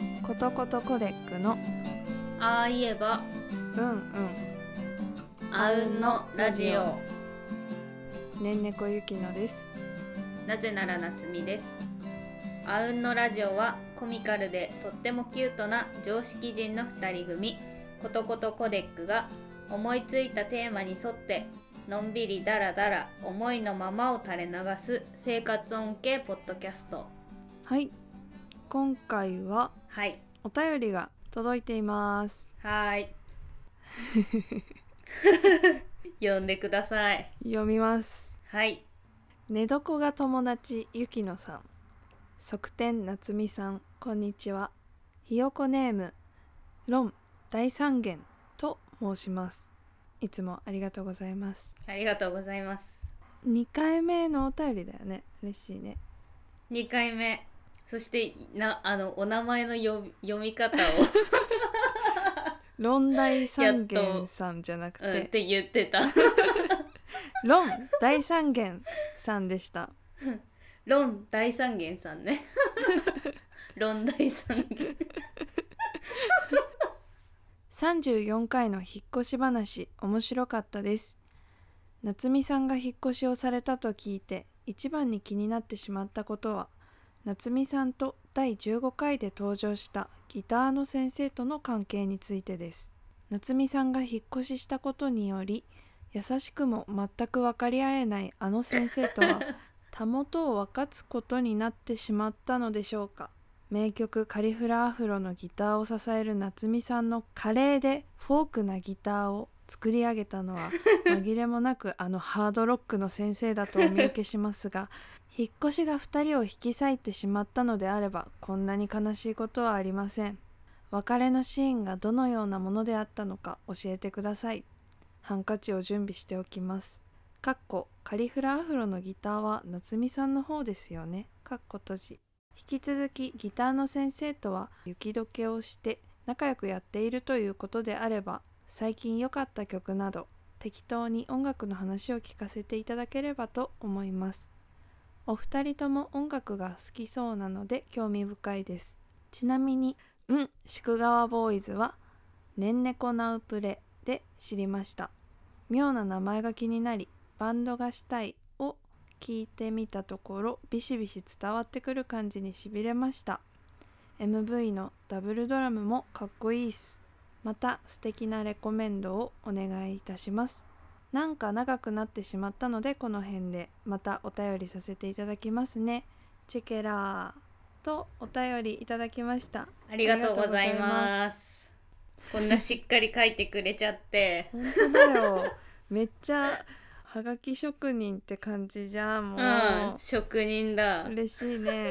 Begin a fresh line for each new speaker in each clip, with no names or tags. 言コデックの
ああ言えば
うんうん
あうんのラジオ
ねんねこゆきのです
なぜなら夏美ですあうんのラジオはコミカルでとってもキュートな常識人の2人組ことことコデックが思いついたテーマに沿ってのんびりダラダラ思いのままを垂れ流す生活音系ポッドキャスト
はい今回は
はい
お便りが届いています
はーい 呼んでください
読みます
はい
寝床が友達ゆきのさん側転夏美さんこんにちはひよこネームロン大三元と申しますいつもありがとうございます
ありがとうございます
2回目のお便りだよね嬉しいね
2回目そしてなあのお名前のよ読み 方を、
ロン大三元さんじゃなく
うん、ってて言ってた
ロン大三元さんでした
ロン大三元さんね ロン大三元
34回の引っ越し話面白かったです夏美さんが引っ越しをされたと聞いて一番に気になってしまったことは夏美さんと第15回で登場したギターの先生との関係についてです夏美さんが引っ越ししたことにより優しくも全く分かり合えないあの先生とはたもとを分かつことになってしまったのでしょうか名曲「カリフラアフロ」のギターを支える夏美さんの華麗でフォークなギターを作り上げたのは紛れもなくあのハードロックの先生だとお見受けしますが引っ越しが2人を引き裂いてしまったのであればこんなに悲しいことはありません別れのシーンがどのようなものであったのか教えてくださいハンカチを準備しておきますかっこカリフラアフロのギターは夏美さんの方ですよねかっこ閉じ引き続きギターの先生とは雪解けをして仲良くやっているということであれば最近良かった曲など適当に音楽の話を聞かせていただければと思いますお二人とも音楽が好きそうなので興味深いですちなみに「うん宿川ボーイズ」は「ねんねこなうプレ」で知りました妙な名前が気になりバンドがしたいを聞いてみたところビシビシ伝わってくる感じにしびれました MV のダブルドラムもかっこいいっすまた素敵なレコメンドをお願いいたしますなんか長くなってしまったのでこの辺でまたお便りさせていただきますねチェケラーとお便りいただきました
ありがとうございますこんなしっかり書いてくれちゃって
本当だ よめっちゃはがき職人って感じじゃんも
うん
う、
職人だ
嬉しいね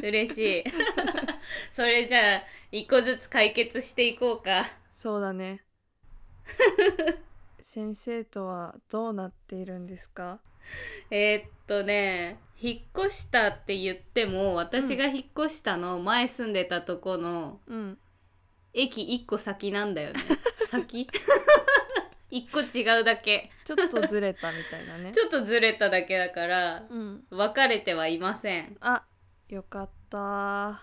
嬉しい それじゃあ一個ずつ解決していこうか
そうだね 先生とはどうなっているんですか
えーっとね引っ越したって言っても私が引っ越したの、前住んでたとこの
うん
駅1個先なんだよ ね先 一個違うだけ
ちょっとずれたみたい なね
ちょっとずれただけだから
うん
別れてはいません
あよかった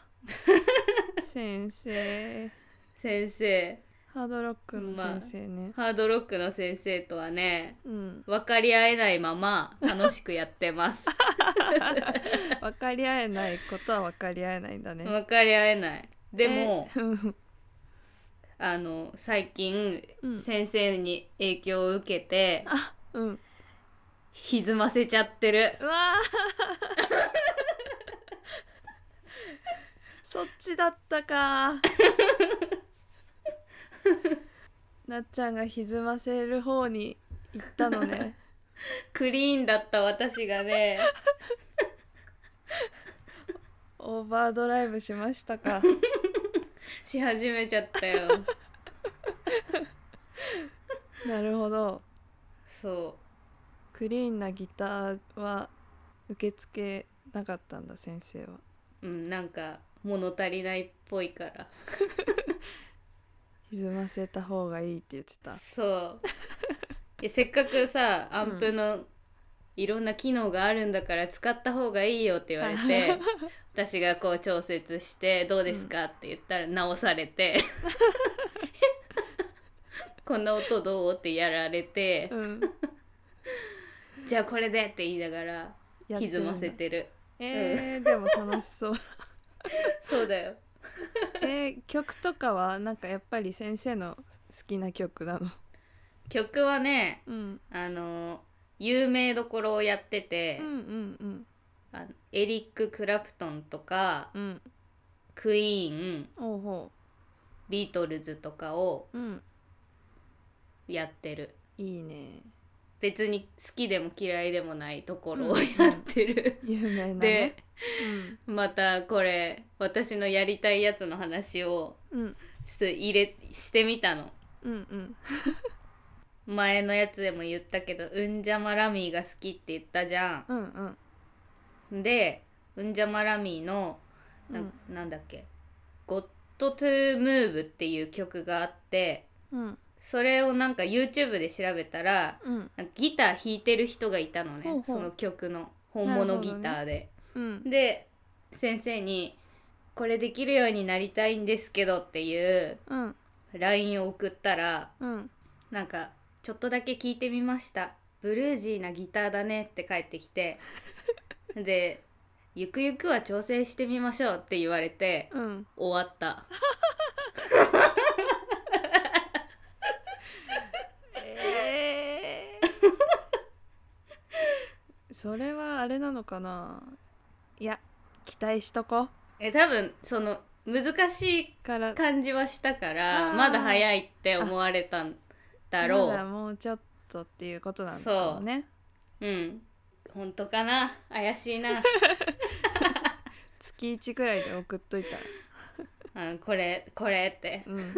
先生
先生
ハードロックの先生ね、
ハードロックの先生とはね
うん
分かり合えないまま楽しくやってます
分かり合えないことは分かり合 えないんだね
分かり合えないでも
えうん
あの最近、
うん
先生に影響を受けて
あうん
歪ませちゃってる
うわあそっちだったかなっちゃんが歪ませる方に行ったのね
クリーンだった私がね
オーバードライブしましたか
し始めちゃっ たよ
なるほど
そ
クリーンなギターは受け付けなかったんだ先生は
ううんなんか物足りないっぽいから
歪ませた 方がいいって言ってた
そういやせっかくさアンプのいろんな機能があるんだから使った方がいいよって言われて私がこう調節して「どうですか?」って言ったら直されて「 こんな音どう?」ってやられて
うん、
「じゃあこれで」って言いながら
やってるんだ
歪ませてる
えー、でも楽しそう
そうだよ
えー、曲とかはなんかやっぱり先生の好きな曲なの
曲はね
うん
あの有名どころをやってて
う、んうんうん
あのエリック・クラプトンとか
うん
クイーン
おうほ
ビートルズとかを
ううん
やってる
いいね
別に好きでも嫌いでもないところをやってる、
有名なね
で
うん
またこれ私のやりたいやつの話を
うん
ちょっと入れしてみたの
うんうん
前のやつでも言ったけど「うんじゃまラミー」が好きって言ったじゃ
うんうん
んで「うんじゃまラミーの」な
うん
なんだっけ「ゴッドトゥームーブっていう曲があって
うん
それをなんか YouTube で調べたら
うん
ギター弾いてる人がいたのね
ほうほう
その曲の本物ギターで、
うん
で先生に「これできるようになりたいんですけど」っていう
うん
LINE を送ったら
うん
なんか「ちょっとだけ聞いてみましたブルージーなギターだね」って返ってき てで「ゆくゆくは調整してみましょう」って言われて
うん
終わった
えーそれはあれなのかないや期待しとこ
え多分その難しい
から
感じはしたから
あー
まだ早いって思われたんだろう
まだもうちょっとっていうことなんだろうね
うん本当かな怪しい な
月1くらいで送っといたら
うんこれこれって
うん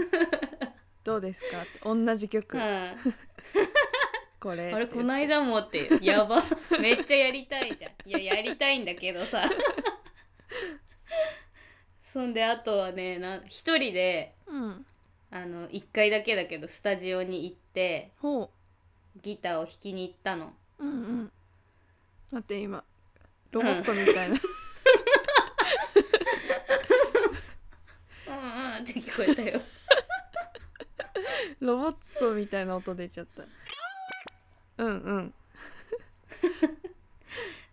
どうですかって同じ曲、
うん、あ
これ
れこないだもってやばめっちゃやりたいじゃんいややりたいんだけど さそんであとはねな一人で
うん
あの1回だけだけどスタジオに行って
ほ
ギターを弾きに行ったの
ううんうん待って今ロボットみた いな、
うんうんって聞こえたよ
ロボットみたいな音出ちゃったうんうん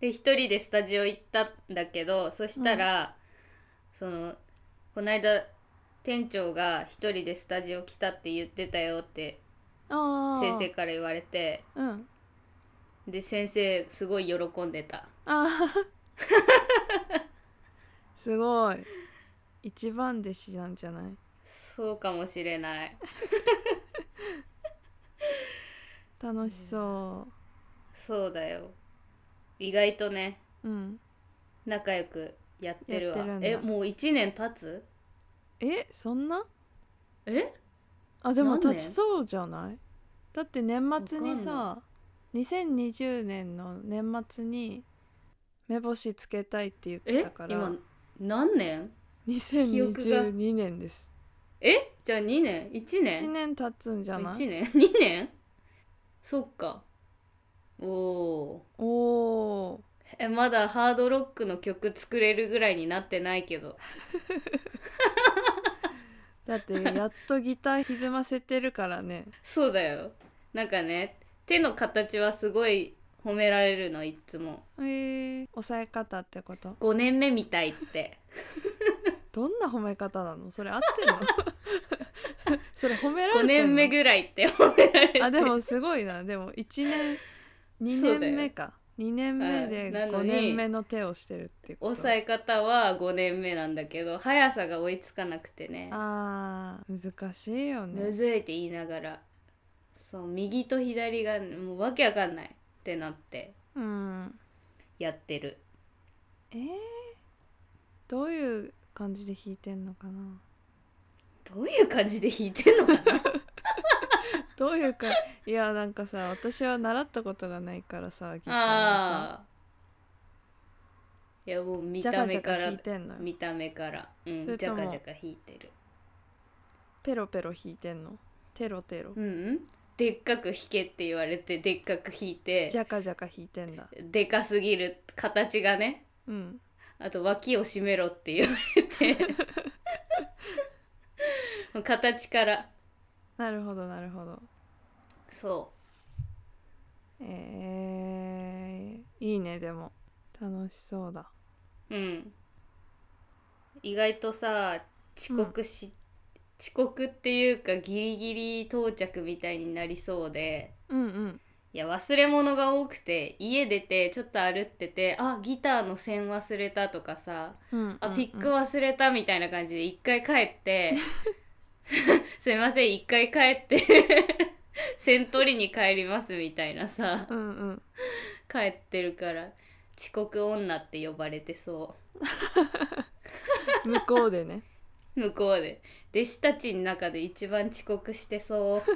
で一人でスタジオ行ったんだけどそしたら、そのこないだ店長が一人でスタジオ来たって言ってたよって
ああ
先生から言われて
うん
で先生すごい喜んでた
あー すごい一番弟子なんじゃない
そうかもしれない
楽しそ
そうだよ意外とね
ううん
仲良くやってるわ
やってるんだ
えもう1年経つ
えそんな
え
あでも
何年
立ちそうじゃないだって年末に
わ
さ2020年の年末に目星つけたいって言って
え
たから
今何年記憶が
2022年です
えじゃあ2年1年
1年経つんじゃない
1年 2年そっかおお
おお
えまだハードロックの曲作れるぐらいになってないけど
ーだってやっとギター歪ませてるから ね
そうだよなんかね手の形はすごい褒められるのいつも
えー、抑え方ってこと
5年目みたいって
どんな褒め方なのそれ合ってるの それ褒められてる
5
の
年目ぐらいって 褒められて
あでもすごいなでも1年
そ
2
うだ
年
よ
目か2年目で
うんなの
5
に
年目の手をしてるってこと
抑え方は5年目なんだけど速さが追いつかなくてね
あー難しいよ
む
ね
ずいって言いながらそう右と左がもうわけわかんないってなって
うん
やってる
えー、どういう感じで弾いてんのかな
どういう感じで弾いてんのかな
どういう かいやなんかさ私は習ったことがないからさギターはさ
ああいやもう見
ジャ
た
カジ
目
ャ
か
カ
ら
弾いてんのよ
見た目からうん
そ
ジ
れと
ャ
も
カジャカ弾いてる
ペロペロ弾いてんのテロテロ
うんうんでっかく弾けって言われてでっかく弾いて
じゃかじゃか弾いてんだ
でかすぎる形がね
うん
あと脇を締めろって言わ れてもう形から
なるほどなるほど
そ
えー、いいねでも楽しそうだ
ううん意外とさ遅刻し、遅刻っていうかギリギリ到着みたいになりそうで
うんうん
いや忘れ物が多くて家出てちょっと歩っててあギターの線忘れたとかさ
うん
あ、
うん
ピック忘れたみたいな感じで一回帰って すいません一回帰って 線取りに帰りますみたいなさ
うんうん
帰ってるから遅刻女って呼ばれてそ
向こうでね
う向こうで弟子たちの中で一番遅刻してそう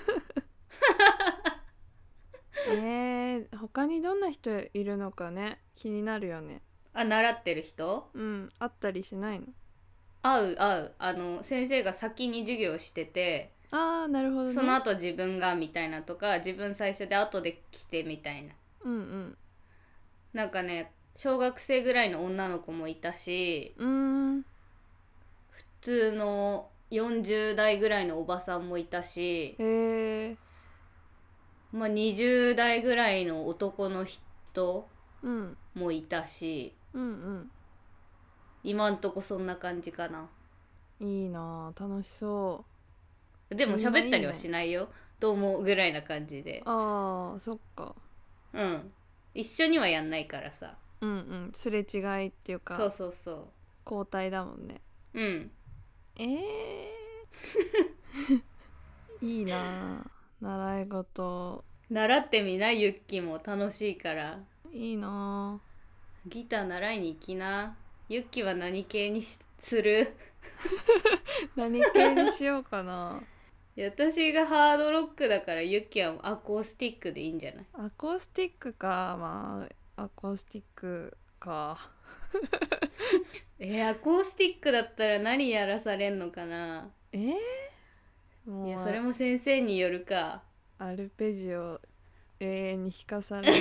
えー、他にどんな人いるのかね気になるよね
あ習ってる人
うんあったりしないの
会う会うあの先生が先に授業してて
あーなるほどね
その後自分がみたいなとか自分最初で後で来てみたいな
うんうん
なんかね小学生ぐらいの女の子もいたし
うーん
普通の40代ぐらいのおばさんもいたし、
えー、
まあ、20代ぐらいの男の人
うん
もいたし
うん
今んとこそんな感じかな
うんいいなあ楽しそ
でも
そんないい
喋
ね
ったりはしないよどうもぐらいな感じで
うあーそっか
うん一緒にはやんないからさ
うんうんすれ違いっていうか
そうそうそ
交代だもんね
ううん
えー、いいなあ習い事
習ってみなユッキーも楽しいから
いいなあ
ギター習いに行きなユッキーは何系にしする
何系にしようかな
いや私がハードロックだからユッキーはアコースティックでいいんじゃない
アコースティックかまあアコースティックか
えーアコースティックだったら何やらされんのかな
えー、もう
いやそれも先生によるか
アルペジオ永遠に弾かされる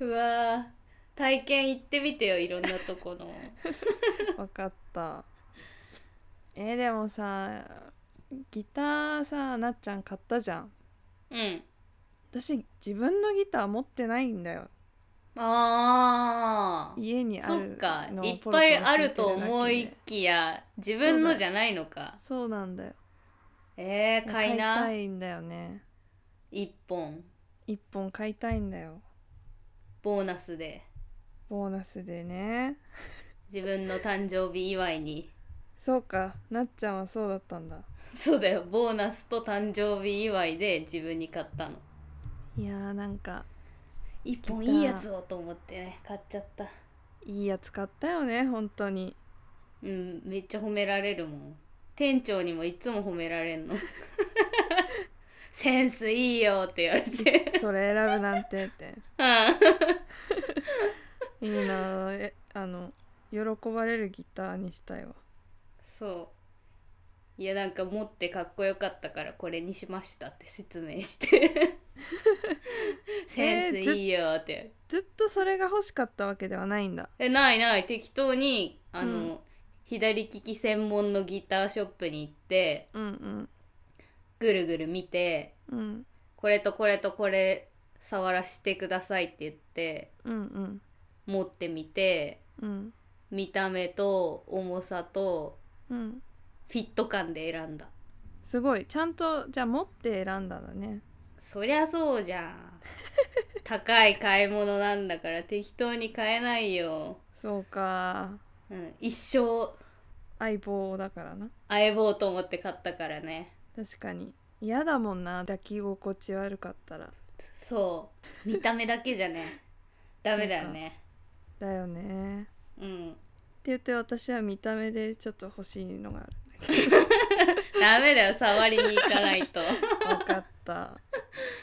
うわー体験行ってみてよいろんなとこの
わかった えー、でもさギターさなっちゃん買ったじゃん
うん
私自分のギター持ってないんだよ
あー
家にあ
そ
る
っか
のを
いっ
ポロポロ
ぱいあ
弾て
ると
だけで
思いきや自分のじゃないのか
そうなんだよ
えー、買いな
たいんだよね
1本
一本買いたいんだよ
ボーナスで
ボーナスでね
自分の誕生日祝いに
そうかなっちゃんはそうだったんだ
そうだよボーナスと誕生日祝いで自分に買ったの
いやーなんか
1
ター
本いいやつをと思ってね買っちゃった
いいやつ買ったよね本当に
うんめっちゃ褒められるもん店長にもいつも褒められんの センスいいよって言われて
それ選ぶなんてって
う
いいなーえあの喜ばれるギターにしたいわ
んそういやなんか持ってかっこよかったからこれにしましたって説明して センスいいよって、
ずっとそれが欲しかったわけではないんだ
えないない適当にあの、
うん
左利き専門のギターショップに行って
うん
ぐるぐる見て
うんうん
これとこれとこれ触らせてくださいって言って
うんうん
持ってみて
うん
見た目と重さと
うん
フィット感で選んだ
すごいちゃんとじゃあ持って選んだんだね
そりゃそうじゃ ん高い買い物なんだから適当に買えないよ、
そうか
うん、一生
相棒だからな
相棒と思って買ったからね
確かに嫌だもんな抱き心地悪かったら
そう見た目だけじゃね ダメだよね
だよね
うん
って言って私は見た目でちょっと欲しいのがあるんだ
ダメだよ触りに行かないと
けどわかった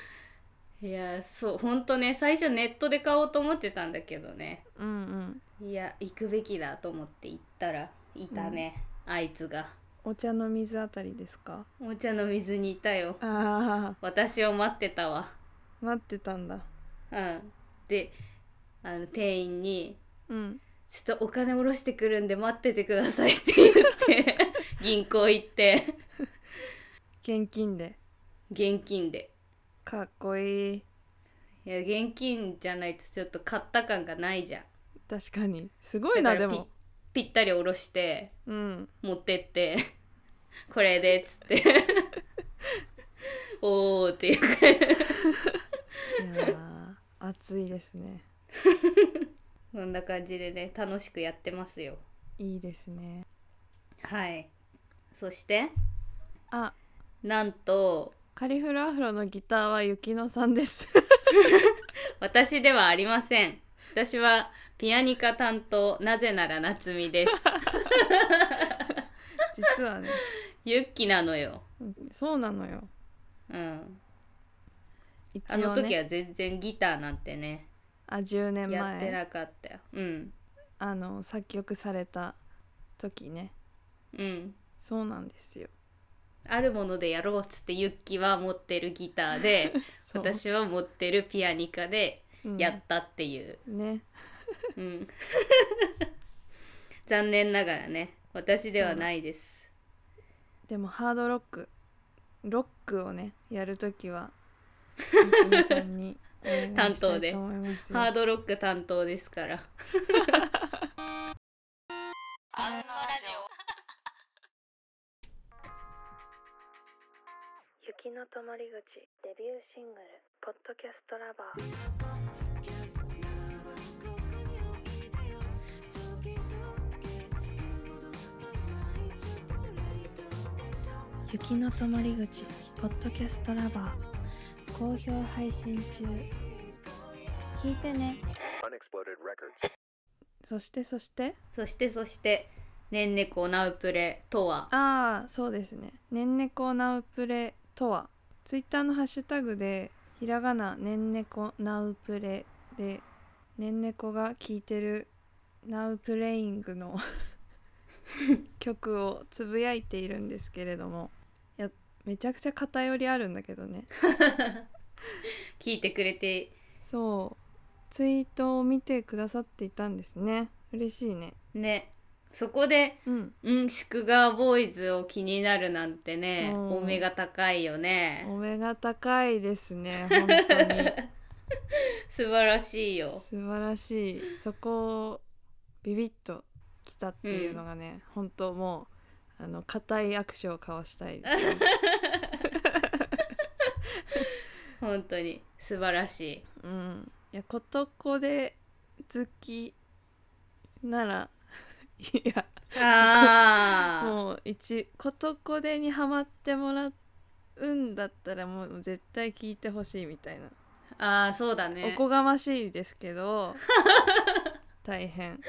いやそうほんとね最初ネットで買おうと思ってたんだけどね
うんうん
いや行くべきだと思って行ったらいたね、あいつが
お茶の水あたりですか
お茶の水にいたよ
ああ
私を待ってたわ
待ってたんだ
うんであの店員に
うん
「ちょっとお金下ろしてくるんで待っててください」って言って 銀行行って
現金で
現金で
かっこいい
いや現金じゃないとちょっと買った感がないじゃん
確かにすごいな
だか
で
ら
も
ぴったり下ろして
うん
持ってって 「これで」っつって 「おお」っていうか
いやー熱いですね
こんな感じでね楽しくやってますよ
いいですね
はいそして
あ
なんと
カリフルアフロのギターは雪乃さんです
私ではありません私はピアニカ担当なぜなら夏 美です
実はね
ユッキなのよ
そうなのよ
うん
一
あ
応
の時
ね
は全然ギターなんてね
あ10年
やって
前
なかったようん
あの作曲された時ね
うん
そうなんですよ
あるものでやろうっつってユッキは持ってるギターで
そう
私は持ってるピアニカで
うん
やったっていう、
ね
うん 残念ながらね私ではないです
でもハードロックロックをねやる時は一美さんにお 願いしたいと思いますよ
ハードロック担当ですから
雪の止まり口デビューシングル「ポッドキャストラバー」雪の止まり口ポッドキャストラバー好評配信中聞いてね
Unexploded Records.
そしてそして
そしてそして「ねんねこナウプレ」とは
ああそうですね「ねんねこなうプレ」とはツイッターのハッシュタグでひらがな「ねんねこなうプレ」でねんねこが聴いてる「ナウプレイングの 曲をつぶやいているんですけれどもいやめちゃくちゃ偏りあるんだけどね
聞いてくれて
そうツイートを見てくださっていたんですね嬉しいね
ねそこで
うん
「うん祝賀ボーイズ」を気になるなんてね
うん
お目が高いよ
お
ね
目が高いですね本当に。
素晴らしいよ
素晴らしいそこをビビッときたっていうのがね、本当もうあの固い握手を交わしたいですね
本当に素晴らし い
うんいやことこで好きなら いや
あ
もう一ことこでにハマってもらうんだったらもう絶対聞いてほしいみたいな、
ーあーそうだ
お
ね
こがましいですけ ど大変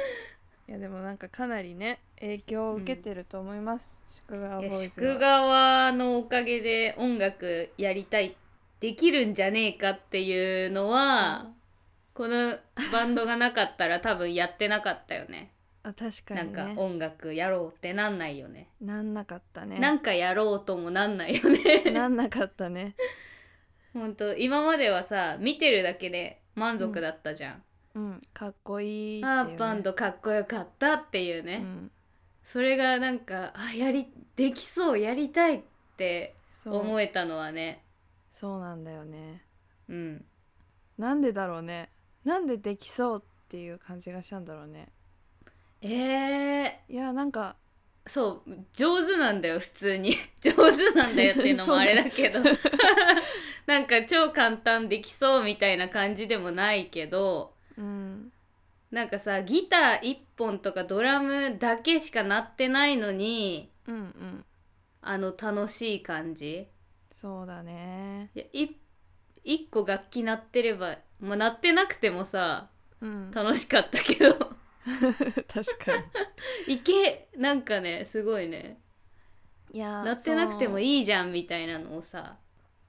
いやでもなんかかなりね影響を受けてると思います、祝賀ボ
い
ーイ
や
ズは
祝賀はのおかげで音楽やりたいできるんじゃねえかっていうのは、このバンドがなかったら多分やってなかったよね
あ確か
な
に
ん
ね
か
なん
音楽やろうってなんないよね
なんなかったね
なんかやろうともなんないよね
なんなかったね
ほんと今まではさ見てるだけで満足だったじゃん、
うんかっこいいっていう、ね、
ああバンドかっこよかったっていう
う
ね、
ん、
それがなんかあやりできそうやりたいって
そう
思えたのはね
そうなんだよね
うん
なんでだろうねなんでできそうっていう感じがしたんだろうね
えー、
いやなんか
そう上手なんだよ普通に 上手なんだよっていうのもあれだけ ど なんか超簡単できそうみたいな感じでもないけど
うん
なんかさギター1本とかドラムだけしか鳴ってないのに
うんうん
あの楽しい感じ
そうだね
いやい1個楽器鳴ってれば、まあ、鳴ってなくてもさ
うん
楽しかったけど
確か
いけなんかねすごいね
にいや
鳴ってなくても
い
いいじゃんみたいなのをさ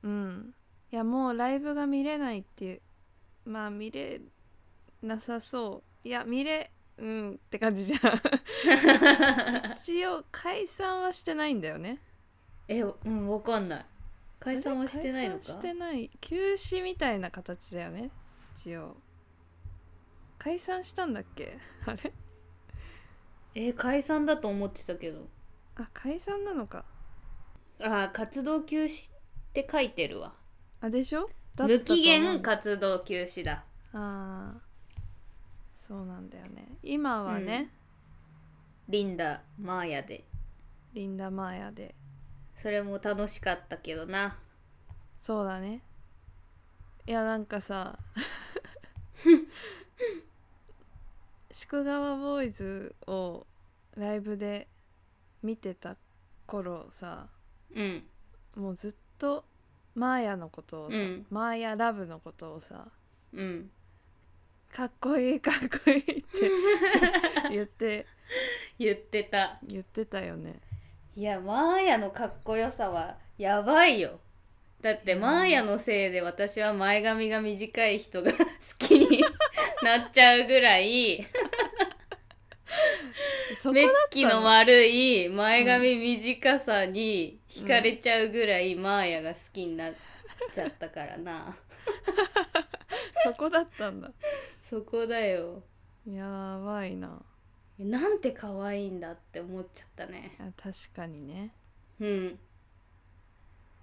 うんいやもうライブが見れないっていうまあ見れなさそういや見れうんって感じじゃん 一応解散はしてないんだよね
えうんわかんない解散はしてないの
解
か
散してない休止みたいな形だよね一応解散したんだっけあれ
え解散だと思ってたけど
あ解散なのか
あー活動休止って書いてるわ
あでしょだった
無
と思う
期限活動休止だ
あーそうなんだよね今はね、
リンダマーヤで
リンダ・マーヤで
それも楽しかったけどな
そうだねいやなんかさ宿川ボーイズをライブで見てた頃さ
うん
もうずっとマーヤのことをさ、
うん
マーヤラブのことをさ
うん
かっこいいかっこいい って言って
言ってた
言ってたよね
いやマーヤのかっこよさはやばいよだってマーヤのせいで私は前髪が短い人が 好きになっちゃうぐらい
そこだ
目
っ
つ
た
きの悪い前髪短さに惹かれちゃうぐらいマーヤが好きになっちゃったから な
そこだったんだ
そこだよ
やばいな
なんて可愛いんだって思っちゃったね
あ確かにね
うん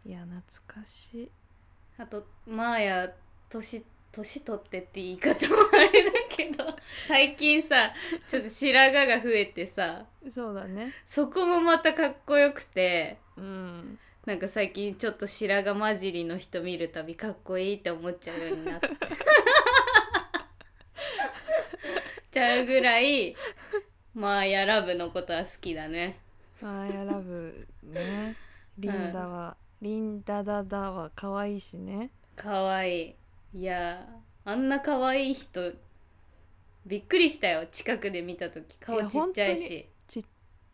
いや懐かしい
あとまあや年年取ってって言い方もあれだけど 最近さちょっと白髪が増えてさ
そうだね
そこもまたかっこよくて
うん
なんか最近ちょっと白髪混じりの人見るたびかっこいいって思っちゃうようになったちゃうぐらいまあやラブのことは好きだね
マーヤラブ ねリンダは、リンダダダは可愛いしね
かわいいいやーあんなかわいい人びっくりしたよ近くで見た時顔
いや
ちっちゃいし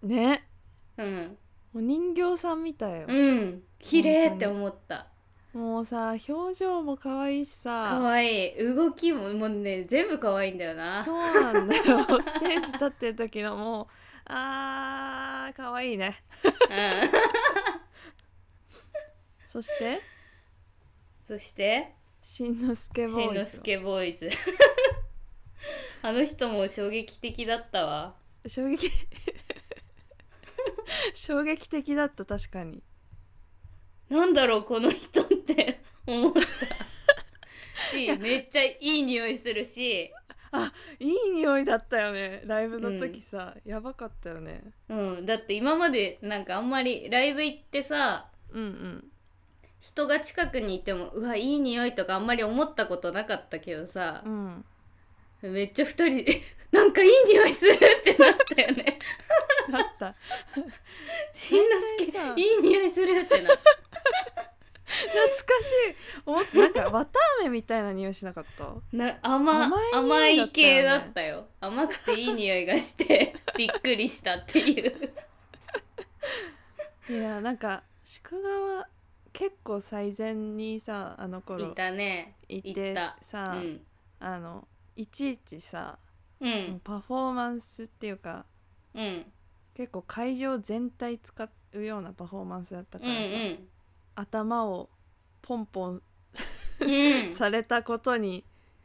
ね
うん
お人形さんみたいよ、
うん綺麗って思った
もうさ表情も可愛いし
か
さ
わいい動きももうね全部かわいいんだよな
そうなん だよステージ立ってる時のもうあー可愛いね
うん
そして
そして
しんのすけボ
しん
ー
の
イ
す
ズ
けボーイズ あの人も衝撃的だったわ
衝撃 衝撃的だった確かに
なんだろうこの人って 思ったしめっちゃいい匂いするし
いい匂いだったよねライブの時さ、やばかったよね
うん、だって今までなんかあんまりライブ行ってさ
うんうん
人が近くにいてもうわいい匂いとかあんまり思ったことなかったけどさ
う、ん
めっちゃ2人でえ「なんかいい匂いする!」ってなったよね。
だった
しんのすけ
絶対さ
いい匂いするってな
懐
った
かしいおなんか綿あめみたいな匂いしなかった
な甘
甘
甘
い
い
匂いだったよね
系だったよ甘くていい匂いがしてびっくりしたっていう
いやなんか宿川結構最善にさあの
い
頃
たね
い
い
て
たう
さ、
ん
あのいちいちさ、
う
もうんパフォーマンスっていうか
うん
結構会場全体使うようなパフォーマンスだった
う
から
ん
さ、頭をポンポン
うんうん
されたことに、
うん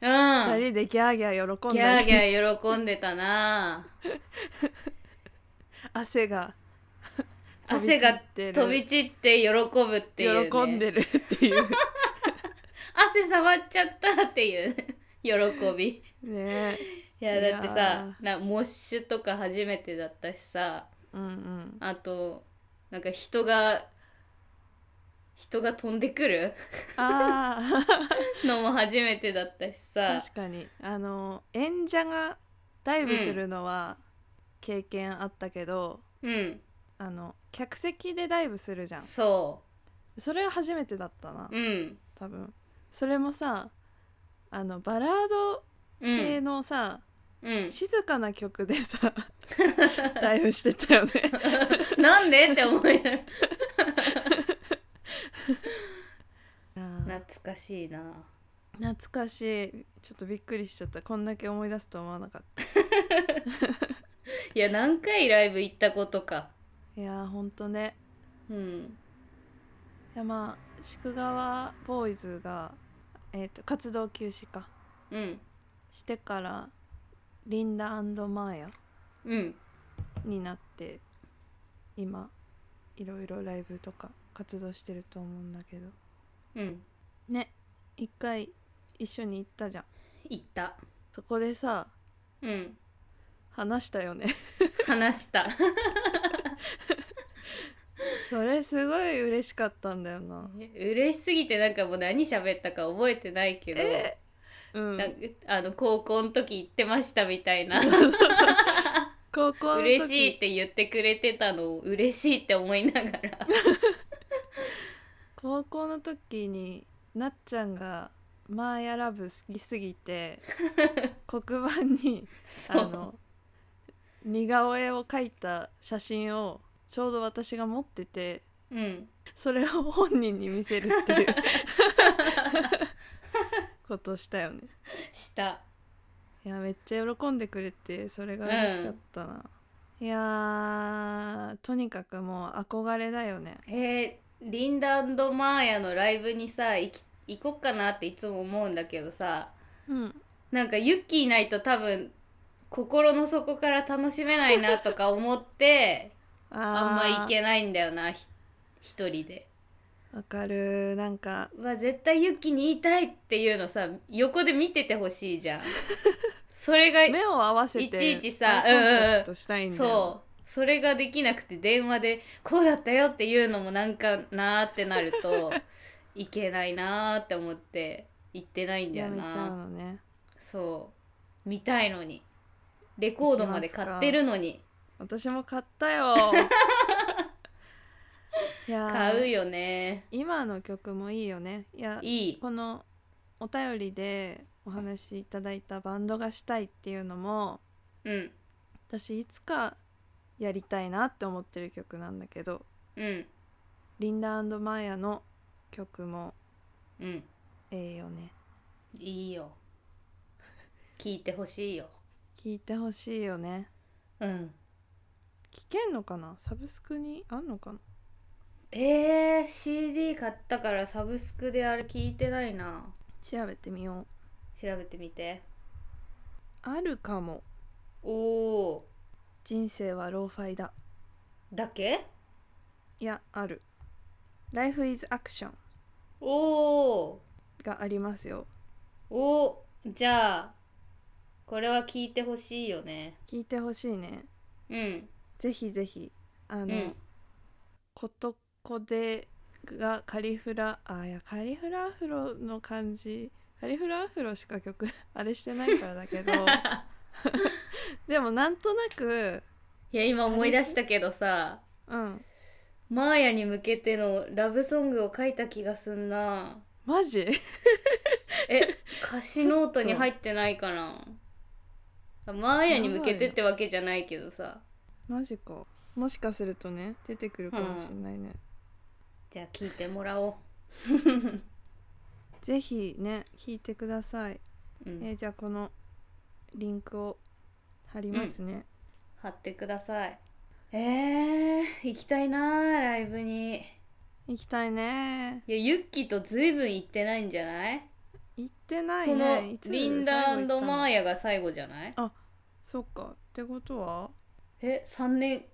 二人でギャーギャー喜ん
ギ
だ
ャ
り
ーギャー喜んでたな
汗が飛び散
汗が
ってる
飛び散って喜ぶっていう、ね、
喜んでるっていう
汗触っちゃったっていう ね喜び
ね
いやだって
いや
さなモッシュとか初めてだったしさ
うん うん
あとなんか人が人が飛んでくる
あ
のも初めてだったし
あ
さ
確かにあの演者がダイブするのは経験あったけど、
うん
あの客席でダイブするじゃん
そ
それは初めてだったな
ううん
多分それもさあのバラード
う
系
ん
のさ、
うん、
静かな曲で さダイブしてたよね
なんでって思い
あー
懐かしいな
懐かしいちょっとびっくりしちゃったこんだけ思い出すとは思わなかった
いや何回ライブ行ったことか
いやーほんとね
うん
いやまあ宿川ボーイズが、えー、と活動休止か
うん
してからリンダマーヤ
うん
になって今いろいろライブとか活動してると思うんだけど
うん
ね一回一緒に行ったじゃん
行った
そこでさ
うん
話したよね
話した
それすごい嬉しかったんだよな
嬉しすぎてなんかもう何喋ったか覚えてないけど、
うん
なんかあの高校の時行ってましたみたいな
高校の時
嬉しいって言ってくれてたのを嬉しいって思いなが ら
高校の時になっちゃんがマーヤラブ好きすぎ て黒板にあ
そう
の似顔絵を描いた写真をちょうど私が持ってて
うん
それを本人に見せるって いうことしたよね
した
いやめっちゃ喜んでくれてそれが嬉しかったな、いやーとにかくもう憧れだよね
えー、リンダマーヤのライブにさ行き行こっかなっていつも思うんだけどさ
うん
なんかユッキーいないと多分心の底から楽しめないなとか思って
あ
あんま行
ん
けないんだよなひ一人で。
わかるなんか
うわ絶対ユッキーに言いたいっていうのさ横で見ててほしい じゃんそれが
目を合わせて
いちいちさ
アイコンタクトしたいんだよ
そうそれができなくて電話でこうだったよっていうのもなんかなーってなる といけないなーって思って行ってないんだよ
やめちゃう
な
のね
そう見たいのにレコードまで買ってるのに
私も買った よいやー
買うよね
今の曲もいいよねいや
いい
このお便りでお話しいただいたバンドがしたいっていうのも
うん
私いつかやりたいなって思ってる曲なんだけど
うん
リンダマーヤの曲も
うん
ええよね
い いよ聞いてほしいよ
聴いてほしいよね
うん
聴けんのかなサブスクにあんのかな
えー、CD 買ったからサブスクであれ聞いてないな
調べてみよう
調べてみて
あるかも
おお
人生はローファイだ
だけ
いやある Life is Action
おー
がありますよ
おーじゃあこれは聞いてほしいよね
聴いてほしいね
うん
ぜひぜひあの、
うん
ことこでがカリフラあいやカリフラアフロの感じカリフラアフロしか曲 あれしてないからだけ どでもなんとなく
いや今思い出したけどさ
うん
マーヤに向けてのラブソングを書いた気がすんな
マジ
え歌詞ノートに入ってないかなマーヤに向けてってわけじゃないけどさ
マジかもしかするとね出てくるかもしれないね、
じゃあ聞いてもらお
ぜひね聴いてください、
う、うん
えーじゃあこのリンクを貼りますね、
貼ってくださいえー、行きたいなあライブに
行きたいね
いやユッキーとずいぶん行ってないんじゃない
行ってない
その
ねいつ
リンダ
最後行ったの
マーヤが最後じゃない
そっかってことは
え三3年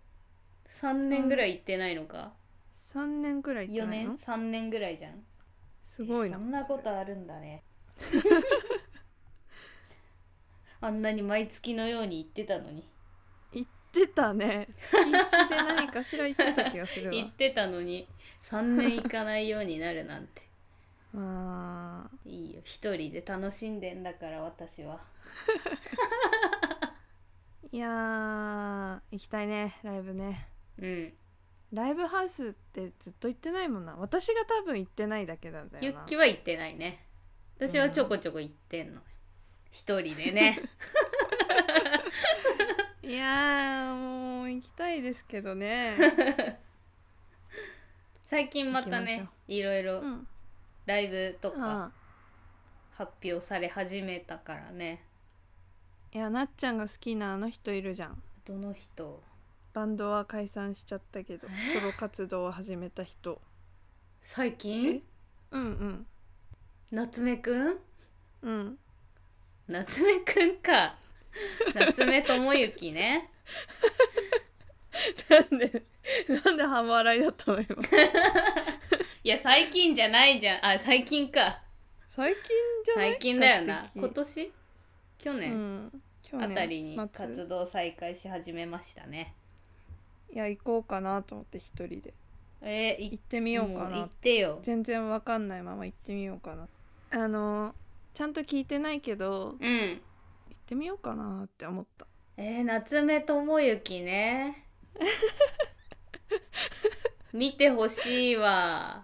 3年ぐらい行ってないのか
3年くらい行ってな
4
いの
年3年ぐらいじゃん
すごいな
えそんなことあるん だねあんなに毎月のように行ってたのに
行ってたね月1で何かしら行ってた気が する
行ってたのに3年行かないようになるなんて
わまあ
いいよ一人で楽しんでんだから私はい
やー行きたいねライブね
うん
ライブハウスってずっと行ってないもんな私が多分行ってないだけなんだ
ユ
よな
ッキは行ってないね私はちょこちょこ行ってんの、一人 でね
いやーもう行きたいですけど ね
最近また
行きま
ね
しょ
いろいろ
うん
ライブとか
ああ
発表され始めたからね
いやなっちゃんが好きなあの人いるじゃん
どの人
バンドは解散しちゃったけ どソロ活動を始めた人
最近
うんうん
夏目くん
うん
夏目くんか 夏目智之ね
なんでなんで半笑いだったの今
いや最近じゃないじゃんあ最近か
最近じゃない
最近だよな
比較
今
的
年去
う
年
ん去
あ
年
たりに
末
活動再開し始めましたね
いや行こうかなと思って一人で
えー、
行
い
ってみようか
も行
な
ってよ
全然わかんないまま行ってみようかなあのちゃんと聞いてないけど
うん
行ってみようかなって思った
えー、夏目智之 ね見てほしいわ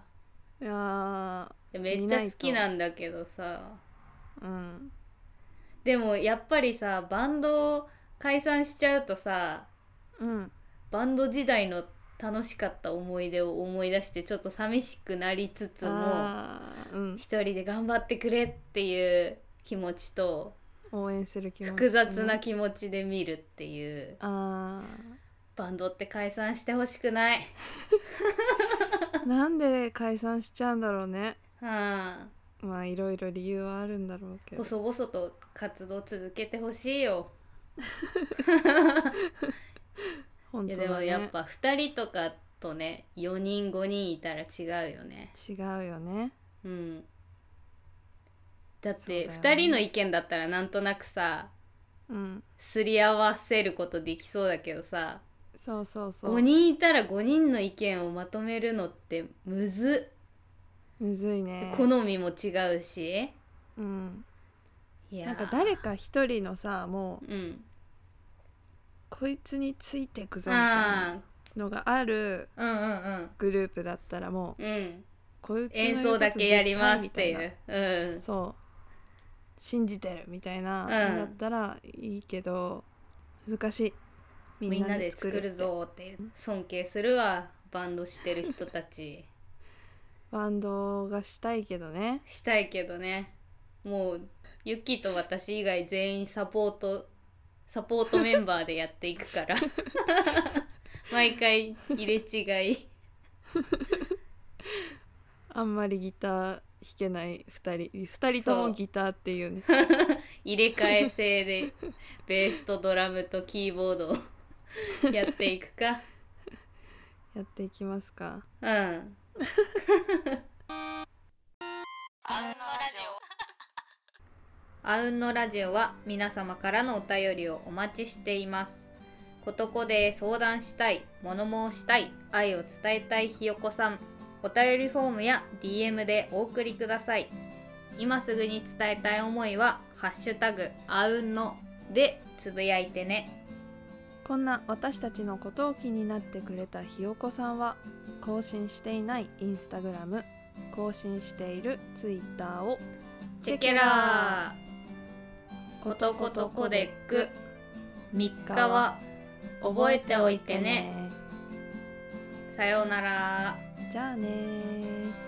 いや
めっちゃ好きなんだけどさ
ーうん
でもやっぱりさバンドを解散しちゃうとさ
うん
バンド時代の楽しかった思い出を思い出してちょっと寂しくなりつつも
あーうん
一人で頑張ってくれっていう気持ちと
応援する気持ちとね
複雑な気持ちで見るっていう
あ
バンドって解散してほしくない。
ーなんで解散しちゃうんだろう ね
うん
まあいろいろ理由はあるんだろうけど
細々と活動続けてほしいよ。
本当
い
だ、ね、
やでもやっぱ2人とかとね4人5人いたら違うよね。
違うよね
うん。だっ
そうだ
て
よね
2人の意見だったらなんとなくさ
うん
すり合わせることできそうだけどさ
そうそうそう
5人いたら5人の意見をまとめるのってむずっ、
むずいね
好みも違うし
うん、
いやー
なんか誰か一人のさもう
うん
こいつについてくぞみたいな
あ
のがある
ーうんうん
グループだったらもう
うんうん
こいつの言う
演
こと
奏だけやりますっ
絶対
て
み
い
た
う
な
うん
そう信じてるみたいな、
ん
だったらいいけど難しい
みんなで作
って
るぞっていう尊敬するわバンドしてる人たち
バンドがしたいけどね
したいけどねもうユッキーと私以外全員サポートサポートメンバーでやっていくから毎回入れ違い
あんまりギター弾けない2人2人ともギターっていう ね
入れ替え制でベースとドラムとキーボードをやっていくか
やっていきますか
うんあうんのラジオは皆様からのお便りをお待ちしていますことこで相談したい物申したい愛を伝えたいひよこさんお便りフォームや DM でお送りください今すぐに伝えたい思いは「ハッシュタグあうんの」でつぶやいてね
こんな私たちのことを気になってくれたひよこさんは更新していないインスタグラム更新しているツイッターを
チェケラーことことコデック3日は覚えておいてねさようなら
じゃあねー